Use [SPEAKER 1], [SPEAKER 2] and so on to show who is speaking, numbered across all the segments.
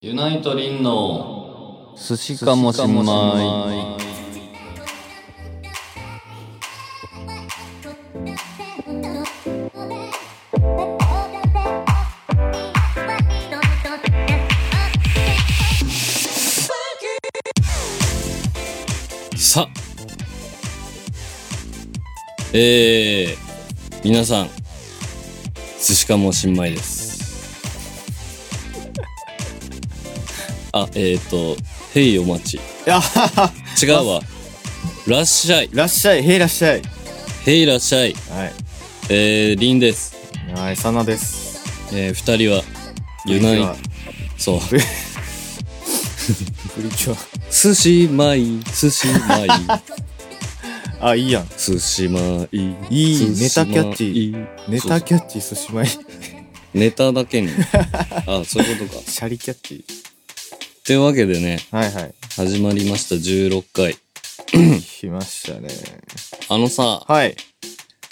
[SPEAKER 1] ユナイトリンの寿司かもしんないさあえー、皆さん寿司かもしんまいです あえっ、ー、と「へいお待ち
[SPEAKER 2] いやはは」
[SPEAKER 1] 違うわ「らっしゃい」
[SPEAKER 2] らっしゃい、へいらっしゃい。
[SPEAKER 1] 「へいらっしゃい」
[SPEAKER 2] はい。
[SPEAKER 1] えー、リンです
[SPEAKER 2] はい、サナです。
[SPEAKER 1] えー、二人はユナイトそう
[SPEAKER 2] プリキュ
[SPEAKER 1] 寿司まい寿司ま い
[SPEAKER 2] ア。あ、いいやん。
[SPEAKER 1] 寿司まい
[SPEAKER 2] いい
[SPEAKER 1] 寿司まい
[SPEAKER 2] ネタキャッチネタキャッチ、寿司前。シ
[SPEAKER 1] ネタだけにあそういうことか
[SPEAKER 2] ャリキャッチ。
[SPEAKER 1] というわけでね
[SPEAKER 2] はいはい。
[SPEAKER 1] 始まりました16回
[SPEAKER 2] 来ましたね。
[SPEAKER 1] あのさ
[SPEAKER 2] はい。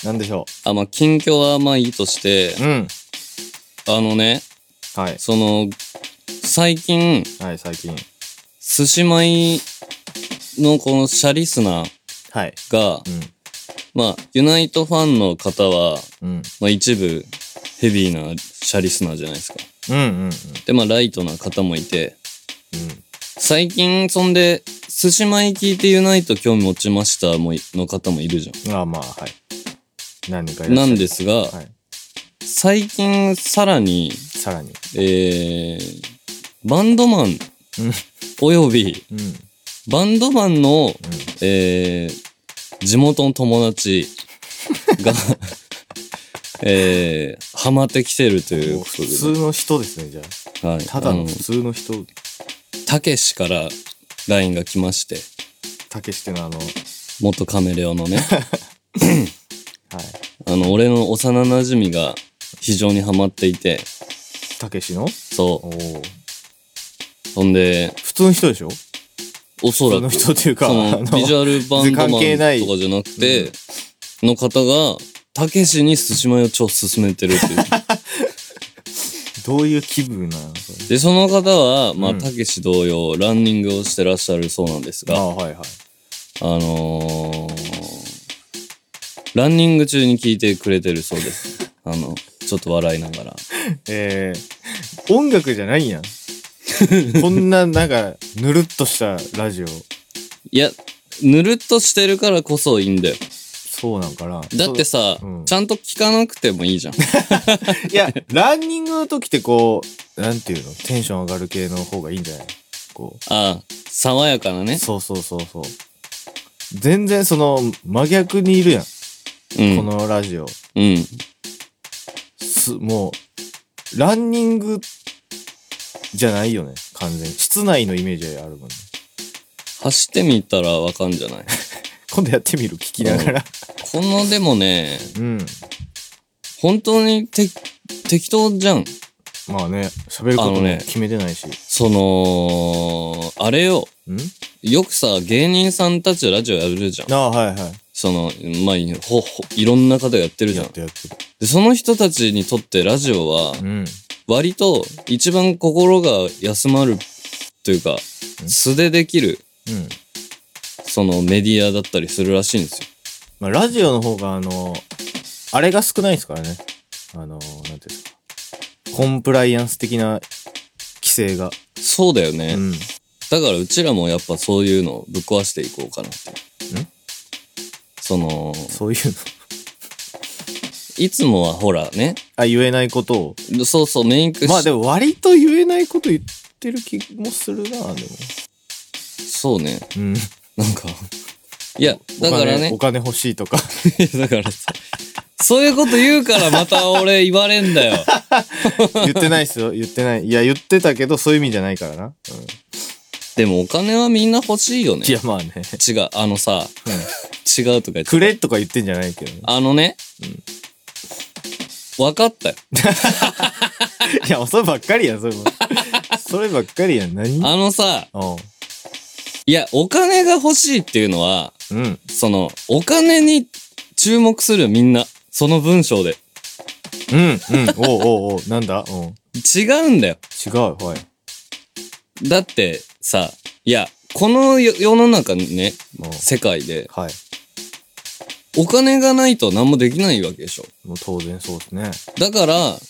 [SPEAKER 2] なんでしょ
[SPEAKER 1] あまあ近況はまあいいとして
[SPEAKER 2] う。うん。
[SPEAKER 1] あのね
[SPEAKER 2] はい。
[SPEAKER 1] その最近
[SPEAKER 2] はい、最近。
[SPEAKER 1] 寿司まいのこのシャリスナー
[SPEAKER 2] はい。
[SPEAKER 1] が、まあユナイトファンの方は、
[SPEAKER 2] うん。うん。
[SPEAKER 1] まあ、一部ヘビーなシャリスナーじゃないですか
[SPEAKER 2] うんうんうん。
[SPEAKER 1] でまあライトな方もいて最近、そんで、寿司米聞いてユナイト興味持ちましたもいの方もいるじ
[SPEAKER 2] うん。あ、まあ、はい。何人か
[SPEAKER 1] ゃ
[SPEAKER 2] い
[SPEAKER 1] ん。
[SPEAKER 2] らっしゃ
[SPEAKER 1] な
[SPEAKER 2] る
[SPEAKER 1] んですが、
[SPEAKER 2] はい。
[SPEAKER 1] 最近、さらに、
[SPEAKER 2] さらに。
[SPEAKER 1] えー、バンドマン
[SPEAKER 2] うん、
[SPEAKER 1] および、
[SPEAKER 2] うん。うん。
[SPEAKER 1] バンドマンの、えー、地元の友達 が、えー、ハマってきてるという
[SPEAKER 2] もう
[SPEAKER 1] こ
[SPEAKER 2] 普通の人ですね、じゃあ。
[SPEAKER 1] とで、はい。
[SPEAKER 2] ただ
[SPEAKER 1] あ
[SPEAKER 2] の普通の人。
[SPEAKER 1] たけしから LINE が来まして、
[SPEAKER 2] たけしっていうのはあの、はい。
[SPEAKER 1] 元カメレオ のね、あの、俺の幼馴染みが非常にハマっていて、
[SPEAKER 2] たけしの
[SPEAKER 1] そ
[SPEAKER 2] おお。
[SPEAKER 1] う。ほんで、
[SPEAKER 2] 普通の人でしょ
[SPEAKER 1] おそ
[SPEAKER 2] 普
[SPEAKER 1] ら
[SPEAKER 2] 通の
[SPEAKER 1] く、
[SPEAKER 2] 人っていうか、
[SPEAKER 1] そ
[SPEAKER 2] あ
[SPEAKER 1] の、ビジュアルバンドマ
[SPEAKER 2] 関係ない
[SPEAKER 1] ンとかじゃなくて、の方が、たけしに寿司米を超勧めてる っていう。
[SPEAKER 2] どういう気分なのそれ
[SPEAKER 1] で、その方は、まあ、
[SPEAKER 2] うん
[SPEAKER 1] たけし同様、ランニングをしてらっしゃるそうなんです
[SPEAKER 2] あ
[SPEAKER 1] が、あ
[SPEAKER 2] あ、はいはい。
[SPEAKER 1] のー、ランニング中に聞いてくれてるそうです。あの、ちょっと笑いながら。
[SPEAKER 2] えー、音楽じゃな いやん。こんな、なんか、ぬるっとしたラジオ。
[SPEAKER 1] いや、ぬるっとしてるからこそいいんだよ。
[SPEAKER 2] そうなんかな。
[SPEAKER 1] だって
[SPEAKER 2] そ
[SPEAKER 1] さ、
[SPEAKER 2] うん
[SPEAKER 1] ちゃんと聞かなくてもいいじゃん。
[SPEAKER 2] う、いや、ランニングの時ってこう、なんていうのテンション上がる系の方がいいんじゃないこ
[SPEAKER 1] ああ、爽やかな
[SPEAKER 2] う。
[SPEAKER 1] ね。
[SPEAKER 2] そうそうそうそう。全然その、真逆にいるやん。
[SPEAKER 1] うん。
[SPEAKER 2] このラジオ。
[SPEAKER 1] うん。
[SPEAKER 2] す、もう、ランニング、じゃないよね。完全に。室内のイメージあるもんね。
[SPEAKER 1] 走ってみたらわかんじゃない
[SPEAKER 2] 今度やってみる聞きながら。
[SPEAKER 1] このでもね、
[SPEAKER 2] うん。
[SPEAKER 1] 本当にて適当じゃん。
[SPEAKER 2] まあね、喋ること
[SPEAKER 1] あ
[SPEAKER 2] も
[SPEAKER 1] のね
[SPEAKER 2] 決めてないし。
[SPEAKER 1] その、あれよ。
[SPEAKER 2] ん
[SPEAKER 1] よくさ、芸人さんたちラジオやるじゃん。
[SPEAKER 2] ああ、はいは
[SPEAKER 1] その、まあ、ほ、ほ、いろんな方やってる
[SPEAKER 2] い。
[SPEAKER 1] じ
[SPEAKER 2] や
[SPEAKER 1] ゃん
[SPEAKER 2] っ。てやってる。
[SPEAKER 1] で、その人たちにとってラジオは、
[SPEAKER 2] うん。
[SPEAKER 1] 割と一番心が休まるというか、
[SPEAKER 2] ん
[SPEAKER 1] 素でできる、
[SPEAKER 2] うん。
[SPEAKER 1] そのメディアだったりするらしいんですよ。
[SPEAKER 2] まあ、ラジオの方が、あの、あれが少ないですからね。あの、なんていうんですか。コンプライアンス的な規制が。
[SPEAKER 1] そうだよね。
[SPEAKER 2] うん。
[SPEAKER 1] だからうちらもやっぱそういうのをぶっ壊していこうかなって。
[SPEAKER 2] ん
[SPEAKER 1] その、
[SPEAKER 2] そう いうの。
[SPEAKER 1] いつもはほらね、
[SPEAKER 2] あ、言えないことを。
[SPEAKER 1] そうそうメイクし、
[SPEAKER 2] まあでも、割と言えないこと言ってる気もするな、でも。
[SPEAKER 1] そうね、
[SPEAKER 2] うん。
[SPEAKER 1] なんか、いや、だからね
[SPEAKER 2] お金お、金欲しいとか。
[SPEAKER 1] だからさ、そういうこと言うからまた俺言われんだ よ。
[SPEAKER 2] 言ってないっすよ。言ってない。いや、言ってたけど、そういう意味じゃないからな。う
[SPEAKER 1] でもお金はみんな欲しいよね
[SPEAKER 2] ん。い。や、まあね。
[SPEAKER 1] 違う、あのさ、
[SPEAKER 2] うん
[SPEAKER 1] 違うとか言って
[SPEAKER 2] くれとか言ってんじゃないけどね。
[SPEAKER 1] あのね、分かったよ。
[SPEAKER 2] いや、そればっかりやん、それも。 そればっかりやん、何
[SPEAKER 1] あのさ、
[SPEAKER 2] おう
[SPEAKER 1] いや、お金が欲しいっていうのは、
[SPEAKER 2] うん。
[SPEAKER 1] その、お金に注目するよみんな。その文章で。
[SPEAKER 2] うん、うん、おうおうおうなんだおう
[SPEAKER 1] 違うんだよ。
[SPEAKER 2] 違う、はい。
[SPEAKER 1] だってさ、いや、この世世の中ね、
[SPEAKER 2] もう、
[SPEAKER 1] 世界で、
[SPEAKER 2] はい。
[SPEAKER 1] お金がないと何もできないわけでしょ。
[SPEAKER 2] もう当然そうですね。
[SPEAKER 1] だから、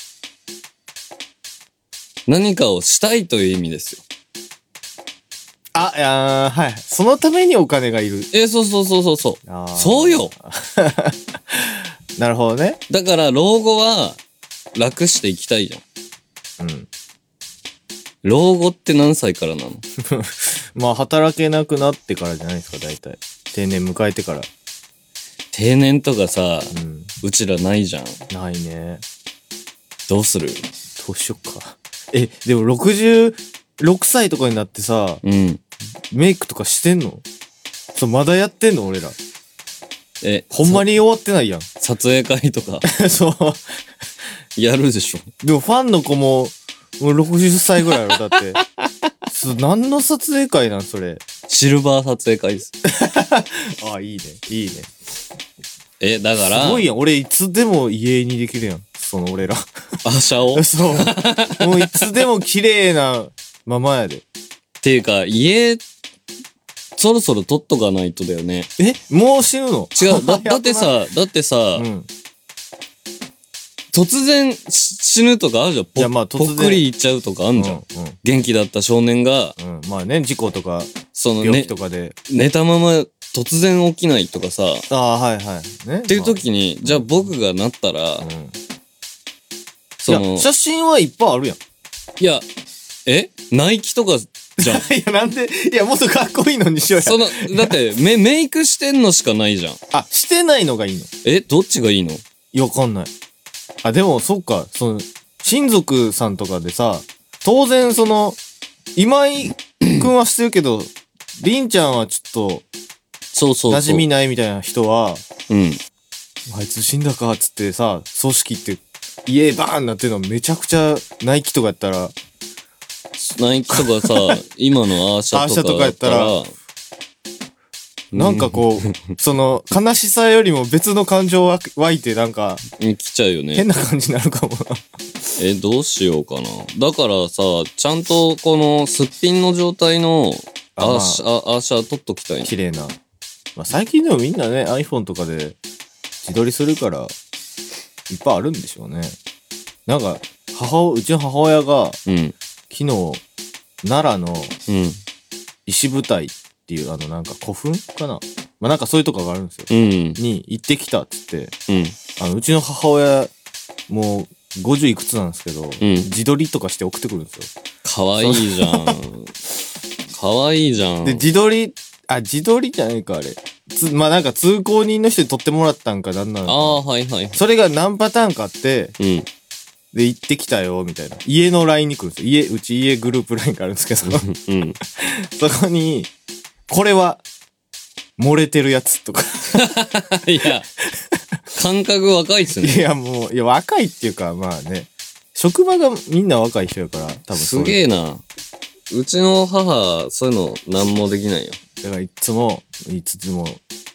[SPEAKER 1] 何かをしたいという意味ですよ。
[SPEAKER 2] あ、いやーはい。そのためにお金がいる。
[SPEAKER 1] えーそうそうそうそうそう。
[SPEAKER 2] あー
[SPEAKER 1] そうよ。
[SPEAKER 2] なるほどね。
[SPEAKER 1] だから、老後は、楽していきたいじゃん。
[SPEAKER 2] うん。
[SPEAKER 1] 老後って何歳からなの
[SPEAKER 2] まあ、働けなくなってからじゃないですか、大体。定年迎えてから。
[SPEAKER 1] 定年とかさ、
[SPEAKER 2] うん。
[SPEAKER 1] うちらないじゃん。
[SPEAKER 2] ないね。
[SPEAKER 1] どうする
[SPEAKER 2] どうしよっか。え、でも66歳とかになってさ、
[SPEAKER 1] うん。
[SPEAKER 2] メイクとかしてんのそう、まだやってんの俺ら。
[SPEAKER 1] え、
[SPEAKER 2] ほんまに終わってないやん。
[SPEAKER 1] さ撮影会とか
[SPEAKER 2] そう。
[SPEAKER 1] やるでしょ。
[SPEAKER 2] でもファンの子も、もう60歳ぐらいやろ、だって。そう何の撮影会なんそれ。
[SPEAKER 1] シルバー撮影会です。
[SPEAKER 2] あ、いいね。いいね。
[SPEAKER 1] え、だから、
[SPEAKER 2] すごいやん。俺、いつでも家にできるやん。その俺ら。
[SPEAKER 1] アシャをっ
[SPEAKER 2] そう。もういつでも綺麗なままやで。
[SPEAKER 1] ていうか、家、そろそろ撮っとかないとだよね。
[SPEAKER 2] えもう死ぬの
[SPEAKER 1] 違う。だ
[SPEAKER 2] やばない
[SPEAKER 1] だってさ、だってさ、
[SPEAKER 2] うん。
[SPEAKER 1] 突然し死ぬとかあるじゃん。ぽ
[SPEAKER 2] いやまあ突然
[SPEAKER 1] ぽっくりいっちゃうとかあ
[SPEAKER 2] うんん。
[SPEAKER 1] じゃん。
[SPEAKER 2] う
[SPEAKER 1] 元気だった少年が、
[SPEAKER 2] ん。うん。まあね、事故とか、
[SPEAKER 1] その
[SPEAKER 2] 病
[SPEAKER 1] ね
[SPEAKER 2] 気、とかで。
[SPEAKER 1] 寝たまま突然起きないとかさ、っ
[SPEAKER 2] ああ、はいはい。ね。って
[SPEAKER 1] いう時に、じゃあ僕がなったら、
[SPEAKER 2] まあうん。
[SPEAKER 1] そ
[SPEAKER 2] い
[SPEAKER 1] の
[SPEAKER 2] や、写真はいっぱいあるやん。
[SPEAKER 1] いや、えナイキとかじゃん。
[SPEAKER 2] いや、なんで、いや、もっとかっこいいのにしようや。
[SPEAKER 1] その、だって、メ、メイクしてんのしかないじゃん。
[SPEAKER 2] あ、してないのがいいの
[SPEAKER 1] え、どっちがいいの
[SPEAKER 2] いや、わかんない。あ、でも、そっか、その、親族さんとかでさ、当然、その、今井くんはしてるけ ど、りんちゃんはちょっ
[SPEAKER 1] そうそうそう。
[SPEAKER 2] と、馴染みないみたいな人は、
[SPEAKER 1] うん。
[SPEAKER 2] あいつ死んだか、つってさ、組織って、家バーンなってるのめちゃくちゃ、ナイキとかやったら、
[SPEAKER 1] ナイキとか さ、今のアーシャとかだったら。
[SPEAKER 2] アーなんかこ う、その、悲しさよりも別の感情わ湧いて、なんか、
[SPEAKER 1] うん、来ちゃうよね
[SPEAKER 2] 変。な感じになるかも
[SPEAKER 1] え、どうしようかな。だからさ、ちゃんとこのすっぴんの状態の
[SPEAKER 2] あ
[SPEAKER 1] ア
[SPEAKER 2] まあ
[SPEAKER 1] ーシャ、あアーシャ撮っときたい
[SPEAKER 2] な。
[SPEAKER 1] な。
[SPEAKER 2] 綺麗な。まあ、最近でもみんなね、iPhone とかで自撮りするから、いっぱいあるんでしょうね。なんか、母を、うちの母親が、
[SPEAKER 1] うん。
[SPEAKER 2] 昨日、奈良の
[SPEAKER 1] うん。
[SPEAKER 2] 石舞台っていう、あの、なんか古墳かなまあ、なんかそういうとこがあるんですよ。
[SPEAKER 1] うん。
[SPEAKER 2] に行ってきたっつって、
[SPEAKER 1] うん。
[SPEAKER 2] あの、うちの母親、もう、50いくつなんですけど、
[SPEAKER 1] ん
[SPEAKER 2] 自撮りとかして送ってくるんですよ。
[SPEAKER 1] かわいいじゃん。かわいいじゃん。
[SPEAKER 2] で、自撮り、あ、自撮りじゃないか、あれ。つまあ、なんか通行人の人に撮ってもらったんか、なんなの
[SPEAKER 1] あ
[SPEAKER 2] か。
[SPEAKER 1] あ、はいはい。
[SPEAKER 2] それが何パターンかあって、
[SPEAKER 1] うん。
[SPEAKER 2] で、行ってきたよ、みたいな。家の LINE に来るんですよ。家、うち家グループ LINE があるんですけど、
[SPEAKER 1] うん。
[SPEAKER 2] そこに、これは、漏れてるやつとか。
[SPEAKER 1] いや、感覚若いっすね。
[SPEAKER 2] いや、もう、いや、若いっていうか、まあね。職場がみんな若い人やから、 多分
[SPEAKER 1] す
[SPEAKER 2] え。
[SPEAKER 1] げえな。うちの母、そういうの何もできないよ。
[SPEAKER 2] だからいつも、いつも、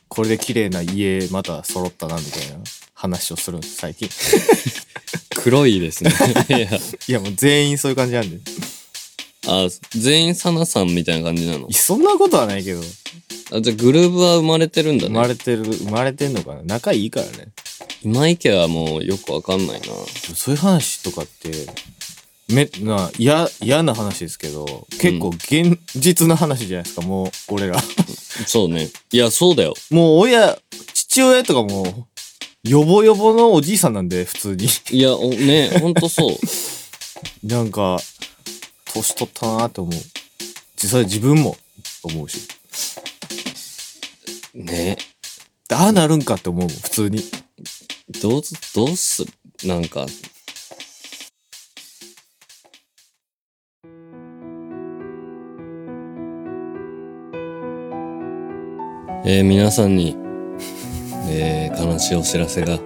[SPEAKER 2] これで綺麗な家、また揃ったな、みたいな話をするんです、最近。
[SPEAKER 1] 黒いです ね。いや、
[SPEAKER 2] いや、もう全員そういう感じなんで。
[SPEAKER 1] あ、全員サナさんみたいな感じなの
[SPEAKER 2] い。やそんなことはないけど、
[SPEAKER 1] あ、じゃあグルーブは生まれてるんだ
[SPEAKER 2] 生
[SPEAKER 1] ね。
[SPEAKER 2] まれてる、生まれてんのかな仲いいからね。
[SPEAKER 1] 今池はもうよくわかんないな。
[SPEAKER 2] でもそういう話とかって、め、な、嫌、嫌な話ですけど、結構現実の話じゃないですか、もう、俺ら。
[SPEAKER 1] そうね。いや、そうだよ。
[SPEAKER 2] もう、親、父親とかも、よぼよぼのおじいさんなんで、普通に。
[SPEAKER 1] いや、おね、ほんとそう。
[SPEAKER 2] なんか、年取ったなと思う。実際自分も思うし。
[SPEAKER 1] ね。
[SPEAKER 2] ああなるんかって思うもん、普通に。
[SPEAKER 1] どうす、どうするなんか。えー皆さんに、 えー悲しいお知らせが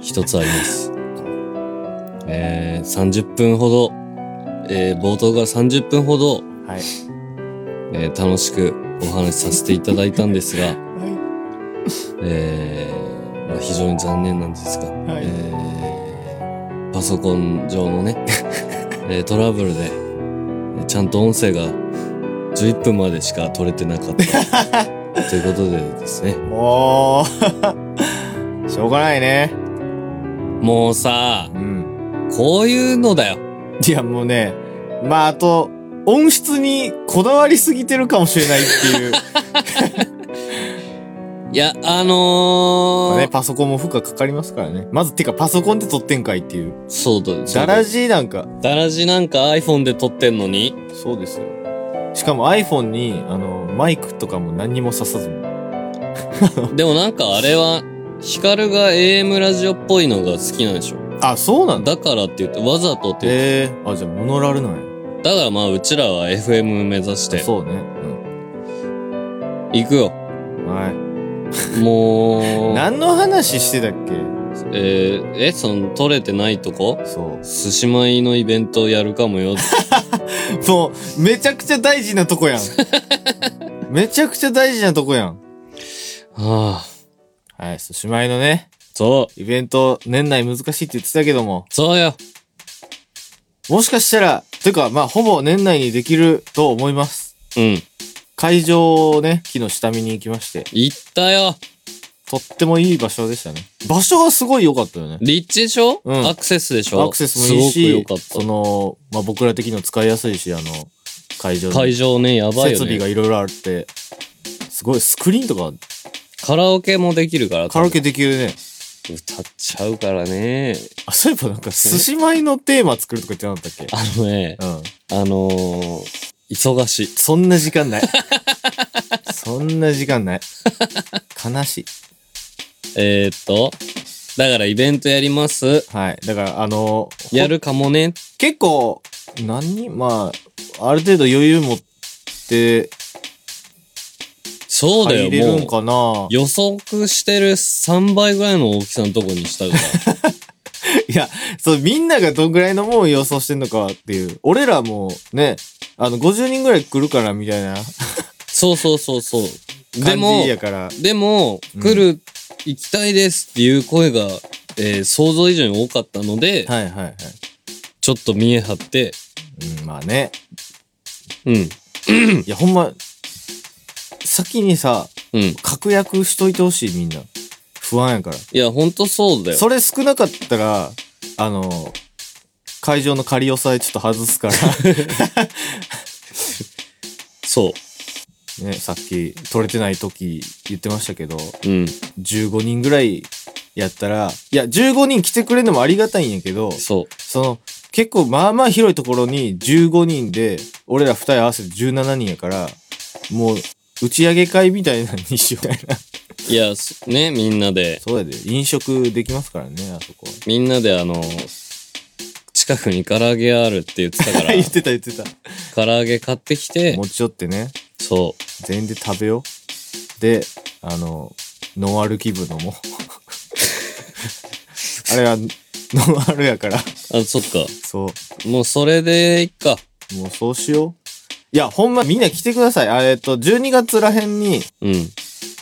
[SPEAKER 1] 一つあります。えー30分ほど、えー冒頭から30分ほど、
[SPEAKER 2] はい。
[SPEAKER 1] えー楽しくお話しさせていただいたんですが、えーまあ、非常に残念なんですが、
[SPEAKER 2] はい
[SPEAKER 1] えーパソコン上のね、えートラブルで、えーちゃんと音声が11分までしか取れてなかった ということでですね
[SPEAKER 2] おー。 しょうがないね。
[SPEAKER 1] もうさ
[SPEAKER 2] うん。
[SPEAKER 1] こういうのだよ
[SPEAKER 2] いや、もうね、まあ、あと、音質にこだわりすぎてるかもしれないって いう。
[SPEAKER 1] いやあの
[SPEAKER 2] まあ
[SPEAKER 1] ー
[SPEAKER 2] ね、パソコンも負荷かかりますからね。まず、てか、パソコンで撮ってんかいっていう。
[SPEAKER 1] そうだ
[SPEAKER 2] ダラ
[SPEAKER 1] ジ
[SPEAKER 2] ジーなんか、
[SPEAKER 1] ダラジなんか iPhone で撮ってんのに
[SPEAKER 2] そうですよ。しかも iPhone に、あの、マイクとかも何にも刺さずに。
[SPEAKER 1] でもなんかあれはヒカルが AM ラジオっぽいのが好きなんでしょ
[SPEAKER 2] あ、そうなんだ。
[SPEAKER 1] だからって言ってわざとって言って
[SPEAKER 2] ええあ、じゃあ、モノラルなんや。
[SPEAKER 1] だからまあうちらは FM 目指して
[SPEAKER 2] そうね。う
[SPEAKER 1] 行くよ
[SPEAKER 2] ん。はい。
[SPEAKER 1] もう
[SPEAKER 2] 何の話してたっけ
[SPEAKER 1] えーえその取れてないとこ
[SPEAKER 2] そう。
[SPEAKER 1] 寿司米のイベントやるかも よ
[SPEAKER 2] もう、めちゃくちゃ大事なと こやん。めちゃくちゃ大事なとこやん。
[SPEAKER 1] はあ
[SPEAKER 2] はい、そうしまいのね、
[SPEAKER 1] そう
[SPEAKER 2] イベント、年内難しいって言ってたけども、
[SPEAKER 1] そうよ
[SPEAKER 2] もしかしたら、というか、まあ、ほぼ年内にできると思います。
[SPEAKER 1] うん
[SPEAKER 2] 会場をね、木の下見に行きまして、
[SPEAKER 1] 行ったよ
[SPEAKER 2] とってもいい場所でしたね。場所はすごい良かったよね。
[SPEAKER 1] 立地でしょ、
[SPEAKER 2] うん
[SPEAKER 1] アクセスでしょ
[SPEAKER 2] アクセスもいい
[SPEAKER 1] すご
[SPEAKER 2] し
[SPEAKER 1] く良、か
[SPEAKER 2] そ
[SPEAKER 1] っ
[SPEAKER 2] の、まあ、僕ら的には使いやすいし、あの、会場
[SPEAKER 1] た
[SPEAKER 2] の
[SPEAKER 1] 会場ねやばい
[SPEAKER 2] 設
[SPEAKER 1] よ
[SPEAKER 2] 備
[SPEAKER 1] ね
[SPEAKER 2] がいろいろあって、すごい、スクリーンとか、
[SPEAKER 1] カラオケもできるから
[SPEAKER 2] カラオケできるね。
[SPEAKER 1] 歌っちゃうからね
[SPEAKER 2] あ、そういえばなんか、寿司米のテーマ作るとか言ってなかったっけ
[SPEAKER 1] あのね
[SPEAKER 2] うん。
[SPEAKER 1] あのー、忙しい
[SPEAKER 2] そんな時間ない。そんな時間ない。悲しい。
[SPEAKER 1] えー、っとだからイベントやります
[SPEAKER 2] はい。だから、あの、ほ
[SPEAKER 1] やるかもね
[SPEAKER 2] 結構、何人まあ、ある程度余裕持って
[SPEAKER 1] そうだよ
[SPEAKER 2] 入れるん
[SPEAKER 1] もう
[SPEAKER 2] かな。
[SPEAKER 1] 予測してる3倍ぐらいの大きさのとこにした から。
[SPEAKER 2] いや、そう、みんながどんぐらいのもんを予想してんのかっていう。俺らもね、あの、50人ぐらい来るからみたいな
[SPEAKER 1] そうそうそうそう。で
[SPEAKER 2] 感
[SPEAKER 1] も
[SPEAKER 2] じ、やから。
[SPEAKER 1] でも、
[SPEAKER 2] うん
[SPEAKER 1] 来る、行きたいですっていう声が、えー想像以上に多かったので、
[SPEAKER 2] はいはいはい。
[SPEAKER 1] ちょっと見え張って、
[SPEAKER 2] うん、まあね。
[SPEAKER 1] うん、
[SPEAKER 2] いや、ほんま、先にさ、
[SPEAKER 1] うん。い
[SPEAKER 2] 確約しといてほしいみんな。不安やから。
[SPEAKER 1] や、ほんとそうだよ。
[SPEAKER 2] それ少なかったら、あの、会場の仮押さえちょっと外すから、
[SPEAKER 1] そ
[SPEAKER 2] ね、さっき取れてない時言ってましたけど、
[SPEAKER 1] う。うん、
[SPEAKER 2] 15人ぐらいやったら、いや、15人来てくれるのもありがたいんやけど、
[SPEAKER 1] そ
[SPEAKER 2] その、結構まあまあ広いところに15人で、俺ら2人合わせて17人やから、もう、打ち上げ会みたいなのにしようみたいな。
[SPEAKER 1] う。いや、そね、みんなで、
[SPEAKER 2] そうやで、飲食できますからね、あそこは。
[SPEAKER 1] みんなであの、近くに唐揚げあるって言ってたから、
[SPEAKER 2] 言ってた言ってた。
[SPEAKER 1] 唐揚げ買ってきて
[SPEAKER 2] 持、ち寄ってね。
[SPEAKER 1] そ
[SPEAKER 2] 全員で食べよう。で、あの、ノンアル気分 のもう。あれは、ノンアルやから。
[SPEAKER 1] う。あ、そっか。
[SPEAKER 2] そ
[SPEAKER 1] もうそれでいっか。
[SPEAKER 2] う。もうそうしよう。いや、ほんまみんな来てください。あえっと、12月らへんに、
[SPEAKER 1] うん。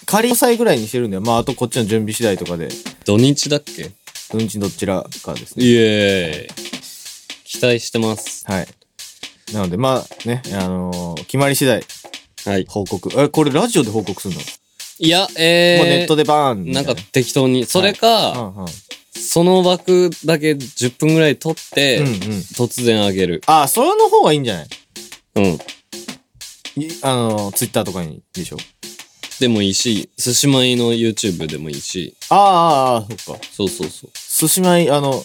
[SPEAKER 2] 仮祭ぐらいにしてるんだよ。まあ、あとこっちの準備次第とかで、
[SPEAKER 1] 土日だっけ
[SPEAKER 2] うんちどちらかですね。
[SPEAKER 1] イエーイ。期待してます。
[SPEAKER 2] はい。なので、まあね、あのー決まり次第、
[SPEAKER 1] はい。
[SPEAKER 2] 報告。え、これラジオで報告するの、
[SPEAKER 1] いや、えー、
[SPEAKER 2] もうネットでバーンみた
[SPEAKER 1] ないんか適当に。それか、
[SPEAKER 2] うんうん。
[SPEAKER 1] その枠だけ10分ぐらい取って、
[SPEAKER 2] うんうん。
[SPEAKER 1] 突然あげる。
[SPEAKER 2] ああ、それの方がいいんじゃない
[SPEAKER 1] うん。
[SPEAKER 2] いあの、ツイッターとかにでしょ。
[SPEAKER 1] でもいいし、寿司米の YouTube でもいいし、
[SPEAKER 2] あーあー、あーそっか。
[SPEAKER 1] そうそうそう。
[SPEAKER 2] 寿司米、あの、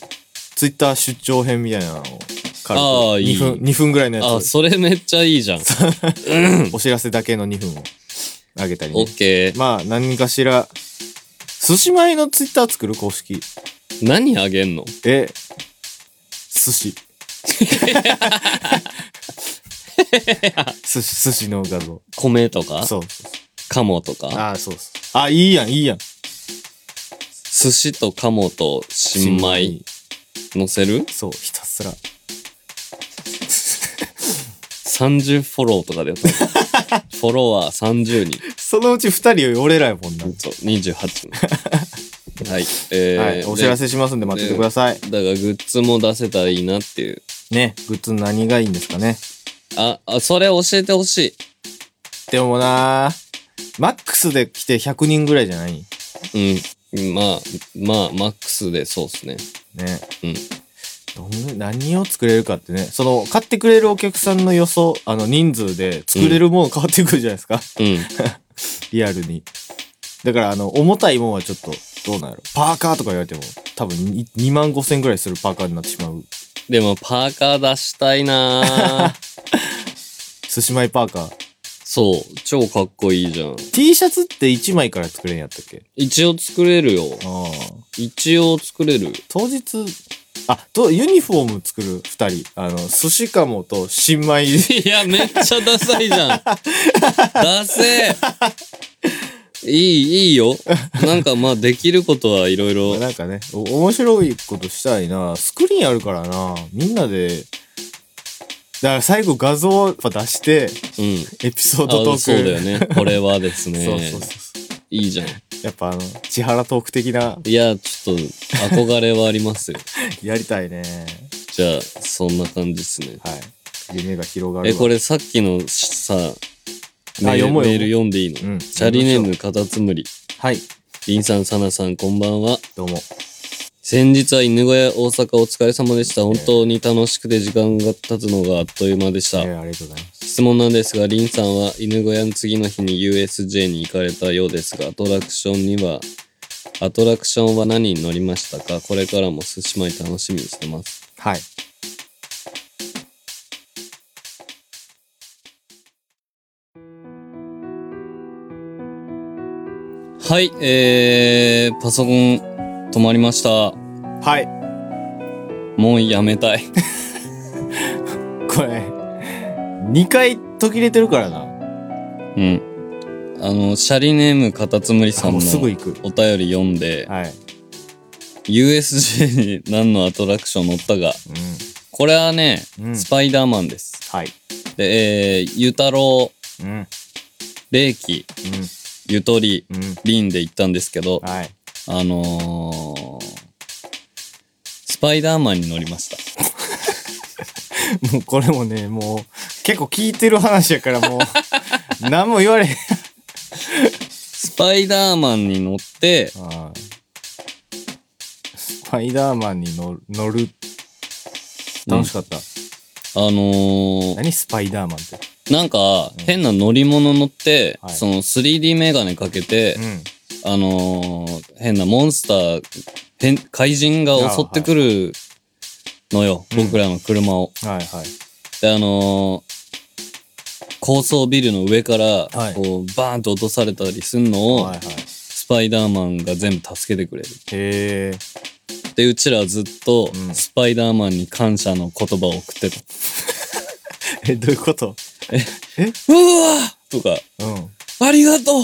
[SPEAKER 2] ツイッター出張編みたいなのを、軽く
[SPEAKER 1] ああいい
[SPEAKER 2] 2分、2分ぐらいの
[SPEAKER 1] あ、
[SPEAKER 2] やつ、
[SPEAKER 1] それめっちゃいいじゃん。
[SPEAKER 2] お知らせだけの2分をあげたり、
[SPEAKER 1] オ
[SPEAKER 2] ね。
[SPEAKER 1] ッケー。
[SPEAKER 2] まあ、何かしら、寿司米のツイッター作る公式。
[SPEAKER 1] 何あげんの
[SPEAKER 2] え、寿司。寿司、寿司の画像。
[SPEAKER 1] 米とか、
[SPEAKER 2] そう。
[SPEAKER 1] 鴨とか、
[SPEAKER 2] ああ、そうそう。あ、いいやん、いいやん。
[SPEAKER 1] 寿司と鴨と新米乗せる
[SPEAKER 2] そう、ひたすら。
[SPEAKER 1] 30フォローとかでやったの フォロワー30人
[SPEAKER 2] そのうち二人より俺らやもんな。
[SPEAKER 1] そう28人はいえー
[SPEAKER 2] はい、お知らせしますんで待っててください。
[SPEAKER 1] でだからグッズも出せたらいいなっていう
[SPEAKER 2] ね、グッズ何がいいんですかね。
[SPEAKER 1] あ、あ、それ教えてほし
[SPEAKER 2] でもなマックスで来て100人ぐらいじゃない
[SPEAKER 1] い。うん。まあ、まあ、マックスでそうっすね。
[SPEAKER 2] ね。
[SPEAKER 1] うん。
[SPEAKER 2] どんな、何を作れるかってね。その、買ってくれるお客さんの予想、あの、人数で作れるもの変わってくるじゃないですか。
[SPEAKER 1] うん。
[SPEAKER 2] リアルに。だから、あの、重たいもんはちょっと、どうなんやろ。パーカーとか言われても、多分に2万5千ぐらいするパーカーになってしまう。
[SPEAKER 1] でも、パーカー出したいな ぁ
[SPEAKER 2] 寿司米パーカー。
[SPEAKER 1] そう。超かっこいいじゃん。
[SPEAKER 2] T シャツって1枚から作れんやったっけ
[SPEAKER 1] 一応作れるよ。
[SPEAKER 2] ああ。
[SPEAKER 1] 一応作れる。
[SPEAKER 2] 当日、あ、と、ユニフォーム作る2人。あの、寿司かもと新米。
[SPEAKER 1] いや、めっちゃダサいじゃん。ダセーいい、いいよ。なんかまあ、できることはいろいろ。
[SPEAKER 2] なんかね、お面白いことしたいな。スクリーンあるからな。みんなで、だから最後画像をやっぱ出して、
[SPEAKER 1] うん。
[SPEAKER 2] エピソー
[SPEAKER 1] あ
[SPEAKER 2] ドトーク。
[SPEAKER 1] そうだよね。これはですね。
[SPEAKER 2] そうそうそうそ
[SPEAKER 1] いいじゃん。
[SPEAKER 2] う。やっぱあの、千原トーク的な、
[SPEAKER 1] いや、ちょっと、憧れはありますよ。
[SPEAKER 2] やりたいね。
[SPEAKER 1] じゃあ、そんな感じですね。
[SPEAKER 2] はい。夢が広がる
[SPEAKER 1] え、
[SPEAKER 2] わ。
[SPEAKER 1] これさっきのさ、メール
[SPEAKER 2] 読もう
[SPEAKER 1] メール
[SPEAKER 2] よ。
[SPEAKER 1] 読んでいいの、
[SPEAKER 2] うん
[SPEAKER 1] チャリネームカタツムリ。
[SPEAKER 2] はい。
[SPEAKER 1] リンさん、サナさん、こんばんは。
[SPEAKER 2] どうも。
[SPEAKER 1] 先日は犬小屋大阪お疲れ様でした。本当に楽しくて時間が経つのがあっという間でし
[SPEAKER 2] え
[SPEAKER 1] た。
[SPEAKER 2] ーありがとうございます。
[SPEAKER 1] 質問なんですが、リンさんは犬小屋の次の日に USJ に行かれたようですが、アトラクションには、アトラクションは何に乗りましたかこれからも寿司米楽しみにしてます。
[SPEAKER 2] はい。
[SPEAKER 1] はい、えー、パソコン止まりました。
[SPEAKER 2] はい。
[SPEAKER 1] もうやめたい。
[SPEAKER 2] これ、2回 途切れてるからな。
[SPEAKER 1] うん。あの、シャリネームカタツムリさ
[SPEAKER 2] あ
[SPEAKER 1] ん
[SPEAKER 2] も
[SPEAKER 1] の
[SPEAKER 2] うすぐ行く。
[SPEAKER 1] お便り読んで、
[SPEAKER 2] はい。
[SPEAKER 1] USJ に何のアトラクション乗ったか。
[SPEAKER 2] う
[SPEAKER 1] これはね、
[SPEAKER 2] ん。うん。
[SPEAKER 1] スパイダーマンです。
[SPEAKER 2] はい。
[SPEAKER 1] で、えー、ゆたろう、
[SPEAKER 2] うん。うん。
[SPEAKER 1] 霊気、ゆとり、
[SPEAKER 2] うん。
[SPEAKER 1] りんで行ったんですけど、
[SPEAKER 2] はい。
[SPEAKER 1] あのー、スパイダーマンに乗りました。
[SPEAKER 2] もうこれもね、もう、結構聞いてる話やからもう、 何も言われへん。
[SPEAKER 1] スパイダーマンに乗って、
[SPEAKER 2] スパイダーマンに乗る、乗る。楽しかった。
[SPEAKER 1] あのー、
[SPEAKER 2] 何スパイダーマンって。
[SPEAKER 1] なんか、変な乗り物乗って、
[SPEAKER 2] はい
[SPEAKER 1] その 3D メガネかけて、
[SPEAKER 2] う
[SPEAKER 1] あのー変なモンスター、変、怪人が襲ってくるのよ、
[SPEAKER 2] あはい
[SPEAKER 1] 僕らの車を。
[SPEAKER 2] ん。はいはい。
[SPEAKER 1] で、あのー高層ビルの上から、
[SPEAKER 2] はい
[SPEAKER 1] こう、バーンと落とされたりすんのを、
[SPEAKER 2] はいはい。
[SPEAKER 1] スパイダーマンが全部助けてくれる。
[SPEAKER 2] へえ。
[SPEAKER 1] で、うちらはずっと
[SPEAKER 2] う、ん
[SPEAKER 1] スパイダーマンに感謝の言葉を送ってた。
[SPEAKER 2] え、どういうこと
[SPEAKER 1] うわーとか、
[SPEAKER 2] うん。
[SPEAKER 1] ありがとう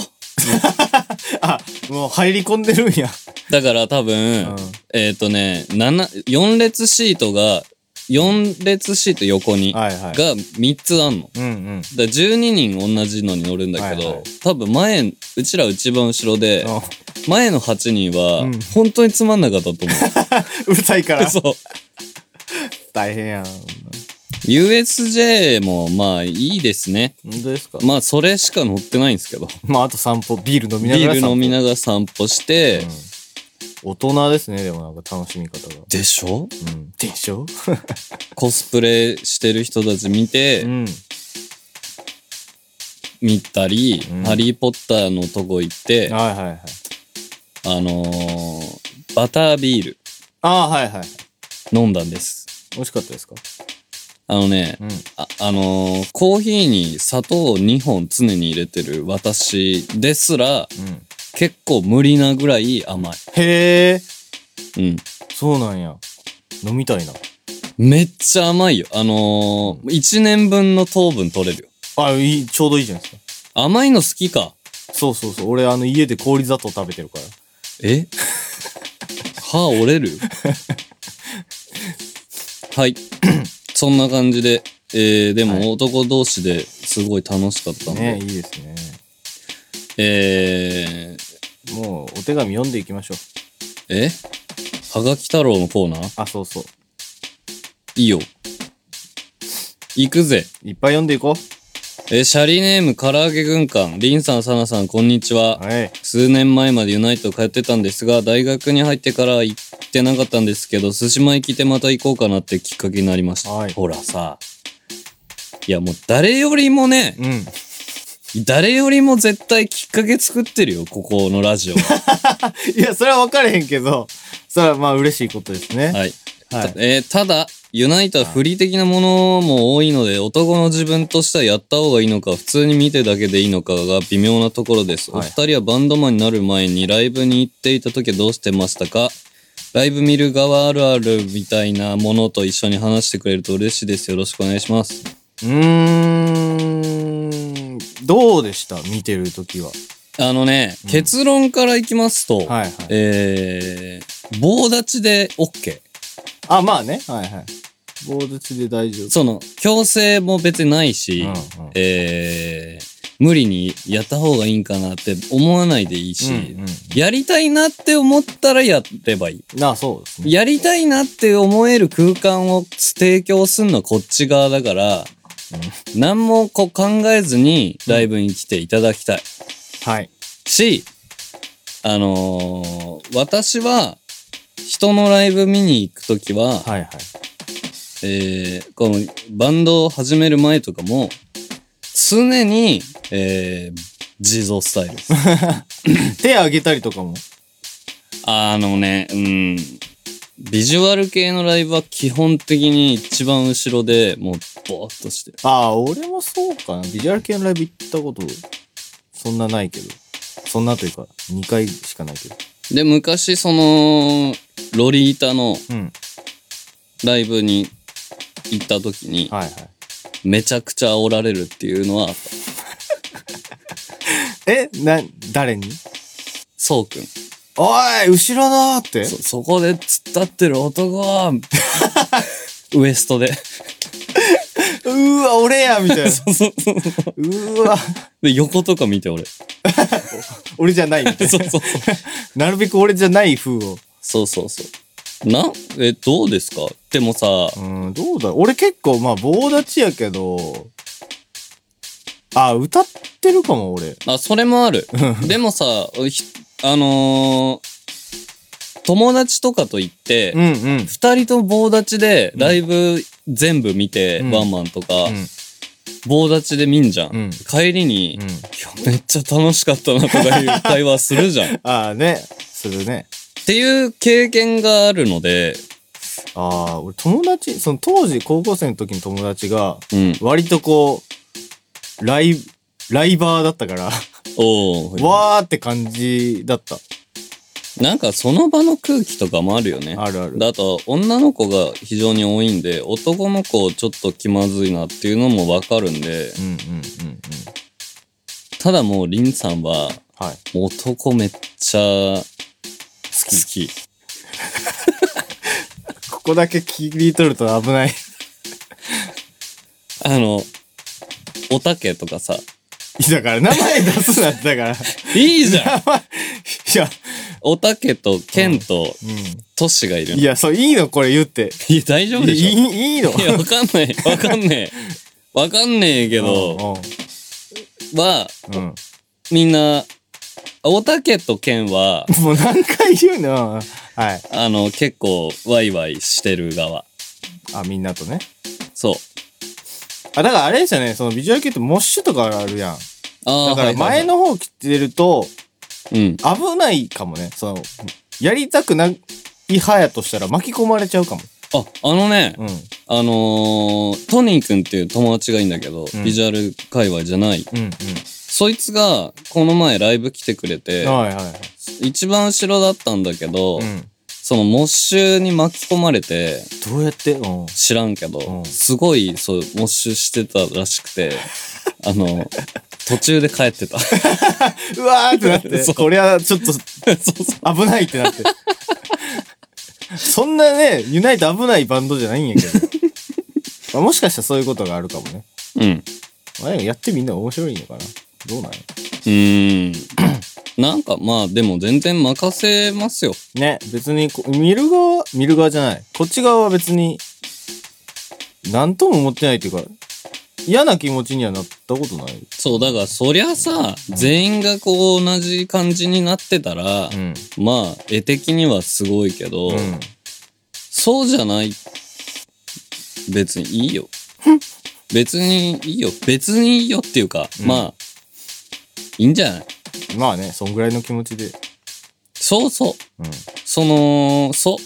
[SPEAKER 2] あ、もう入り込んでるんや。
[SPEAKER 1] だから多分、
[SPEAKER 2] うん
[SPEAKER 1] えっ、とね、七4列シートが、4列シート横に、
[SPEAKER 2] はいはい。
[SPEAKER 1] が3つあんの。
[SPEAKER 2] うんうん。
[SPEAKER 1] だから12人同じのに乗るんだけど、
[SPEAKER 2] はいはい
[SPEAKER 1] 多分前、うちら一番後ろで、
[SPEAKER 2] うん
[SPEAKER 1] 前の8人は
[SPEAKER 2] うん、
[SPEAKER 1] 本当につまんなかったと思 う。
[SPEAKER 2] うるさい から。
[SPEAKER 1] そう。
[SPEAKER 2] 大変やん。
[SPEAKER 1] USJ もまあいいですね。
[SPEAKER 2] 本当ですか
[SPEAKER 1] まあそれしか乗ってないんですけど。
[SPEAKER 2] まあ、あと散歩、ビール飲み
[SPEAKER 1] ビ
[SPEAKER 2] ながら
[SPEAKER 1] ール
[SPEAKER 2] 散歩。
[SPEAKER 1] 飲みながら散歩して、
[SPEAKER 2] うん大人ですね、でもなんか楽しみ方が。
[SPEAKER 1] でしょ
[SPEAKER 2] うん。でしょ
[SPEAKER 1] コスプレしてる人たち見て、
[SPEAKER 2] ん。
[SPEAKER 1] 見たり、
[SPEAKER 2] うん
[SPEAKER 1] ハリーポッターのとこ行って、あ
[SPEAKER 2] はいはいはい。
[SPEAKER 1] のーバタービール
[SPEAKER 2] ああ、はいはい。
[SPEAKER 1] 飲んだんです。
[SPEAKER 2] 美味しかったですか
[SPEAKER 1] あのね、
[SPEAKER 2] うん。
[SPEAKER 1] あ、あのーコーヒーに砂糖を2本常に入れてる私ですら、
[SPEAKER 2] うん。
[SPEAKER 1] 結構無理なぐらい甘い。
[SPEAKER 2] へえ、
[SPEAKER 1] うん。
[SPEAKER 2] そうなんや。飲みたいな。
[SPEAKER 1] めっちゃ甘いよ。あのー、1年分の糖分取れるよ。
[SPEAKER 2] あ、いい、ちょうどいいじゃないですか。
[SPEAKER 1] 甘いの好きか。
[SPEAKER 2] そうそうそう。俺、あの、家で氷砂糖食べてるから。
[SPEAKER 1] え歯折れるはい。 そんな感じで、えー、で
[SPEAKER 2] はい
[SPEAKER 1] も男同士ですごい楽しかったので、
[SPEAKER 2] ねいいですね。
[SPEAKER 1] えー、
[SPEAKER 2] もう、お手紙読んでいきましょう。
[SPEAKER 1] えはがき太郎のコーナー
[SPEAKER 2] あ、そうそう。
[SPEAKER 1] いいよ。行くぜ。
[SPEAKER 2] いっぱい読んでいこ
[SPEAKER 1] えーシャリネーム、唐揚げ軍艦。リンさん、サナさん、こんにちは
[SPEAKER 2] う。。はい。
[SPEAKER 1] 数年前までユナイト通ってたんですが、大学に入ってから行ってなかったんですけど、寿司前来てまた行こうかなってきっかけになりました。
[SPEAKER 2] はい
[SPEAKER 1] ほらさ。いやもう誰よりもね、
[SPEAKER 2] うん。
[SPEAKER 1] 誰よりも絶対きっかけ作ってるよ、ここのラジ オ。
[SPEAKER 2] いや、それは分かれへんけど、それはまあ嬉しいことですね。
[SPEAKER 1] はい。
[SPEAKER 2] は
[SPEAKER 1] たえーただ、ユナイトは不利的なものも多いので、男の自分としてはやった方がいいのか、普通に見てだけでいいのかが微妙なところです。
[SPEAKER 2] はい
[SPEAKER 1] お二人はバンドマンになる前にライブに行っていた時はどうしてましたかライブ見る側あるあるみたいなものと一緒に話してくれると嬉しいです。よろしくお願いします。
[SPEAKER 2] うーん。どうでした見てるときは。
[SPEAKER 1] あのね、
[SPEAKER 2] うん
[SPEAKER 1] 結論からいきますと、
[SPEAKER 2] はいはい。
[SPEAKER 1] えー、棒立ちで OK。
[SPEAKER 2] あ、まあね。はいはい。棒立ちで大丈夫。
[SPEAKER 1] その、強制も別にないし、
[SPEAKER 2] うんうん
[SPEAKER 1] えー無理にやった方がいいんかなって思わないでいいし、
[SPEAKER 2] うんうん
[SPEAKER 1] やりたいなって思ったらやればいい。
[SPEAKER 2] なあ、そうですね。
[SPEAKER 1] やりたいなって思える空間を提供するのはこっち側だから、何もこう考えずにライブに来ていただきたい。
[SPEAKER 2] はい。
[SPEAKER 1] し、あのー私は、人のライブ見に行くときは、
[SPEAKER 2] はいはい。
[SPEAKER 1] えーこのバンドを始める前とかも、常に、えー、地蔵スタイル です。
[SPEAKER 2] 手あげたりとかも。
[SPEAKER 1] あのね、うん、ビジュアル系のライブは基本的に一番後ろでもうぼーっとしてる。
[SPEAKER 2] ああ、俺もそうかな。ビジュアル系のライブ行ったこと、そんなないけど。そんなというか、2回しかないけど。
[SPEAKER 1] で、昔その、ロリータの
[SPEAKER 2] うん。
[SPEAKER 1] ライブに行った時に、
[SPEAKER 2] はいはい。
[SPEAKER 1] めちゃくちゃ煽られるっていうのはあった、
[SPEAKER 2] え、な、誰に
[SPEAKER 1] そうくん。
[SPEAKER 2] おい後ろのーって
[SPEAKER 1] そ、そこで突っ立ってる男 は、ウエストで。
[SPEAKER 2] うーわ、俺やみたいな。う
[SPEAKER 1] そうそうそう。
[SPEAKER 2] ーわ、
[SPEAKER 1] で、横とか見 て、俺。そ
[SPEAKER 2] 俺じゃないみた
[SPEAKER 1] う
[SPEAKER 2] い
[SPEAKER 1] そ
[SPEAKER 2] な
[SPEAKER 1] う。そう。
[SPEAKER 2] なるべく俺じゃない風を。
[SPEAKER 1] そうそうそう。な、え、どうですかでもさ、
[SPEAKER 2] うん、どうだ俺結構、まあ、棒立ちやけど、あ、歌ってるかも、俺。
[SPEAKER 1] あ、それもある。でもさ、ひあのー友達とかと行って
[SPEAKER 2] う、んうん。
[SPEAKER 1] 二人とも棒立ちでライブ全部見て、
[SPEAKER 2] うん
[SPEAKER 1] ワンマンとか、
[SPEAKER 2] うん
[SPEAKER 1] 棒立ちで見んじゃん。
[SPEAKER 2] うん
[SPEAKER 1] 帰りに、
[SPEAKER 2] う
[SPEAKER 1] い
[SPEAKER 2] ん。
[SPEAKER 1] や、めっちゃ楽しかったなとかいう会話するじゃ ん。っ
[SPEAKER 2] ああ、ね。するね。
[SPEAKER 1] ていう経験があるので、
[SPEAKER 2] ああ、俺友達、その当時高校生の時の友達が、
[SPEAKER 1] うん。
[SPEAKER 2] 割とこう、ライ、ライバーだったから、
[SPEAKER 1] おー
[SPEAKER 2] わーって感じだった。
[SPEAKER 1] なんかその場の空気とかもあるよね。
[SPEAKER 2] あるある。
[SPEAKER 1] だと女の子が非常に多いんで男の子ちょっと気まずいなっていうのもわかるんで
[SPEAKER 2] うんうんうんうん。
[SPEAKER 1] ただもうリンさんは
[SPEAKER 2] はい。
[SPEAKER 1] 男めっちゃ好き
[SPEAKER 2] ここだけ切り取ると危ない。
[SPEAKER 1] あのおたけとかさ
[SPEAKER 2] だから名前出すなってだから。
[SPEAKER 1] いいじゃん
[SPEAKER 2] いや、
[SPEAKER 1] おたけとケンと
[SPEAKER 2] う
[SPEAKER 1] トシがいる
[SPEAKER 2] ん。
[SPEAKER 1] の
[SPEAKER 2] いや、そう、いいのこれ言って。
[SPEAKER 1] いや大丈夫で
[SPEAKER 2] い
[SPEAKER 1] しょ
[SPEAKER 2] い、いいの
[SPEAKER 1] いやわかんないわかんねえわかんねえけどは
[SPEAKER 2] うん。うん。
[SPEAKER 1] みんなおたけとケンは
[SPEAKER 2] うんもう何回言うのうんはい。
[SPEAKER 1] あの結構ワイワイしてる側
[SPEAKER 2] あ、みんなとね。
[SPEAKER 1] そう
[SPEAKER 2] あ、だからあれですよね。そのビジュアル系ってモッシュとかあるやん。
[SPEAKER 1] あ
[SPEAKER 2] だ
[SPEAKER 1] あ
[SPEAKER 2] から前の方切ってると
[SPEAKER 1] うん。
[SPEAKER 2] 危ないかもね。その、やりたくない派やとしたら巻き込まれちゃうかも。
[SPEAKER 1] あ、あのね、
[SPEAKER 2] うん。
[SPEAKER 1] あのートニーくんっていう友達がいいんだけど、
[SPEAKER 2] うん
[SPEAKER 1] ビジュアル界隈じゃない。
[SPEAKER 2] うん
[SPEAKER 1] そいつが、この前ライブ来てくれ
[SPEAKER 2] う
[SPEAKER 1] て
[SPEAKER 2] ん。、はいはいはい。
[SPEAKER 1] 一番後ろだったんだけど、
[SPEAKER 2] うん。
[SPEAKER 1] そのモッシュに巻き込まれて、
[SPEAKER 2] どうやって うん。
[SPEAKER 1] 知らんけ
[SPEAKER 2] う
[SPEAKER 1] ど、
[SPEAKER 2] ん
[SPEAKER 1] すごい、そう、モッシュしてたらしく て、あの、途中で帰ってた。そう
[SPEAKER 2] わーってなっ
[SPEAKER 1] そ
[SPEAKER 2] て、
[SPEAKER 1] う
[SPEAKER 2] これはちょっと
[SPEAKER 1] うそう。
[SPEAKER 2] 危ないってなって。 そんなね、ユナイト危ないバンドじゃないんやけど。まあ、もしかしたらそういうことがあるかもね。
[SPEAKER 1] うん。
[SPEAKER 2] まあ、でもやってみんな面白いのかな。どうなんや
[SPEAKER 1] うーん。なんかまあ、でも全然任せますよ。
[SPEAKER 2] ね、別にこ、見る側、見る側じゃない。こっち側は別に、なんとも思ってないっていうか、嫌な気持ちにはなったことない。
[SPEAKER 1] そう、だからそりゃさ、全員がこう同じ感じになってたら、
[SPEAKER 2] ん。
[SPEAKER 1] まあ、絵的にはすごいけど、
[SPEAKER 2] うん。
[SPEAKER 1] そうじゃない。別にいいよ。別にいいよ。別にいいよっていうか、
[SPEAKER 2] うん
[SPEAKER 1] まあ、いいんじゃない
[SPEAKER 2] まあね、そんぐらいの気持ちで。
[SPEAKER 1] そうそう。
[SPEAKER 2] うん。
[SPEAKER 1] その、 そう。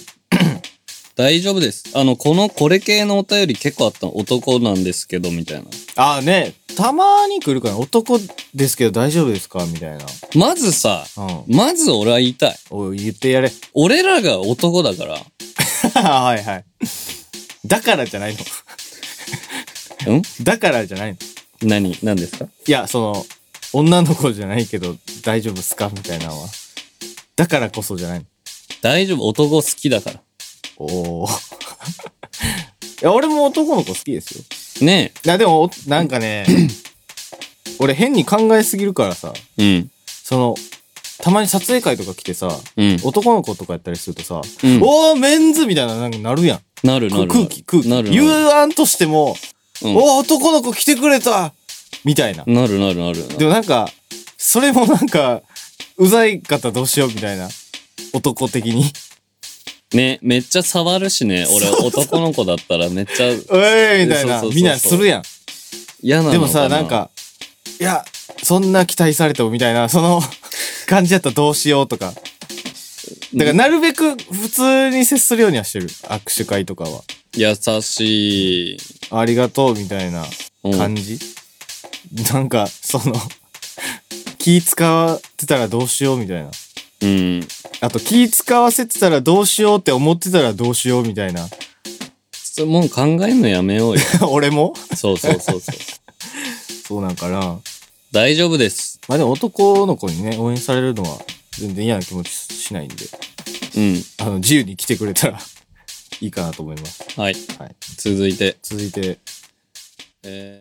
[SPEAKER 1] 大丈夫です。あの、この、これ系のお便り結構あったの。男なんですけど、みたいな。
[SPEAKER 2] ああね、たまに来るから、男ですけど大丈夫ですかみたいな。
[SPEAKER 1] まずさ、
[SPEAKER 2] うん。
[SPEAKER 1] まず俺は言いたい。
[SPEAKER 2] おい、言ってやれ。
[SPEAKER 1] 俺らが男だから。
[SPEAKER 2] はいはい。だからじゃないの。
[SPEAKER 1] ん
[SPEAKER 2] だからじゃないの。
[SPEAKER 1] 何何ですか
[SPEAKER 2] いや、その、女の子じゃないけど大丈夫っすかみたいなのは。だからこそじゃないの。
[SPEAKER 1] 大丈夫。男好きだから。
[SPEAKER 2] おお。い や、俺も男の子好きですよ。
[SPEAKER 1] ね
[SPEAKER 2] いや、でも、おなん かね、俺変に考えすぎるからさ、
[SPEAKER 1] え。
[SPEAKER 2] その、たまに撮影会とか来てさ、
[SPEAKER 1] うん。うん。
[SPEAKER 2] 男の子とかやったりするとさ、
[SPEAKER 1] うん
[SPEAKER 2] おー、メンズみたいな、なんかなるやん。
[SPEAKER 1] なるな
[SPEAKER 2] こ
[SPEAKER 1] る。
[SPEAKER 2] う空気、空気。
[SPEAKER 1] なるな
[SPEAKER 2] 言
[SPEAKER 1] る。
[SPEAKER 2] わんとしても、
[SPEAKER 1] うん
[SPEAKER 2] おー、男の子来てくれたみたいな。
[SPEAKER 1] なるなるなる。
[SPEAKER 2] でもなんか、それもなんか、うざい方どうしようみたいな。男的に。
[SPEAKER 1] ね、めっちゃ触るしね。俺、男の子だったらめっちゃ
[SPEAKER 2] おいみたいな。
[SPEAKER 1] そうそうそうそう
[SPEAKER 2] みんなするやん。
[SPEAKER 1] 嫌なのかな。
[SPEAKER 2] でもさ、なん、か、いや、そんな期待されてもみたいな、そ の感じやったらどうしようとか。だからなるべく普通に接するようにはしてる。握手会とかは。
[SPEAKER 1] 優しい。
[SPEAKER 2] ありがとうみたいな
[SPEAKER 1] うん
[SPEAKER 2] 感じ。なんか、その、 気使ってたらどうしようみたいな。
[SPEAKER 1] うん。
[SPEAKER 2] あと気使わせてたらどうしようって思ってたらどうしようみたいな。
[SPEAKER 1] 質問考えんのやめようよ。
[SPEAKER 2] 俺も
[SPEAKER 1] そうそうそうそう。
[SPEAKER 2] そうなんかな。
[SPEAKER 1] 大丈夫です。
[SPEAKER 2] まあでも男の子にね、応援されるのは全然嫌な気持ちしないんで。
[SPEAKER 1] うん。
[SPEAKER 2] あの、自由に来てくれたらいいかなと思います。
[SPEAKER 1] はい。
[SPEAKER 2] はい。
[SPEAKER 1] 続いて。
[SPEAKER 2] 続いて、
[SPEAKER 1] えー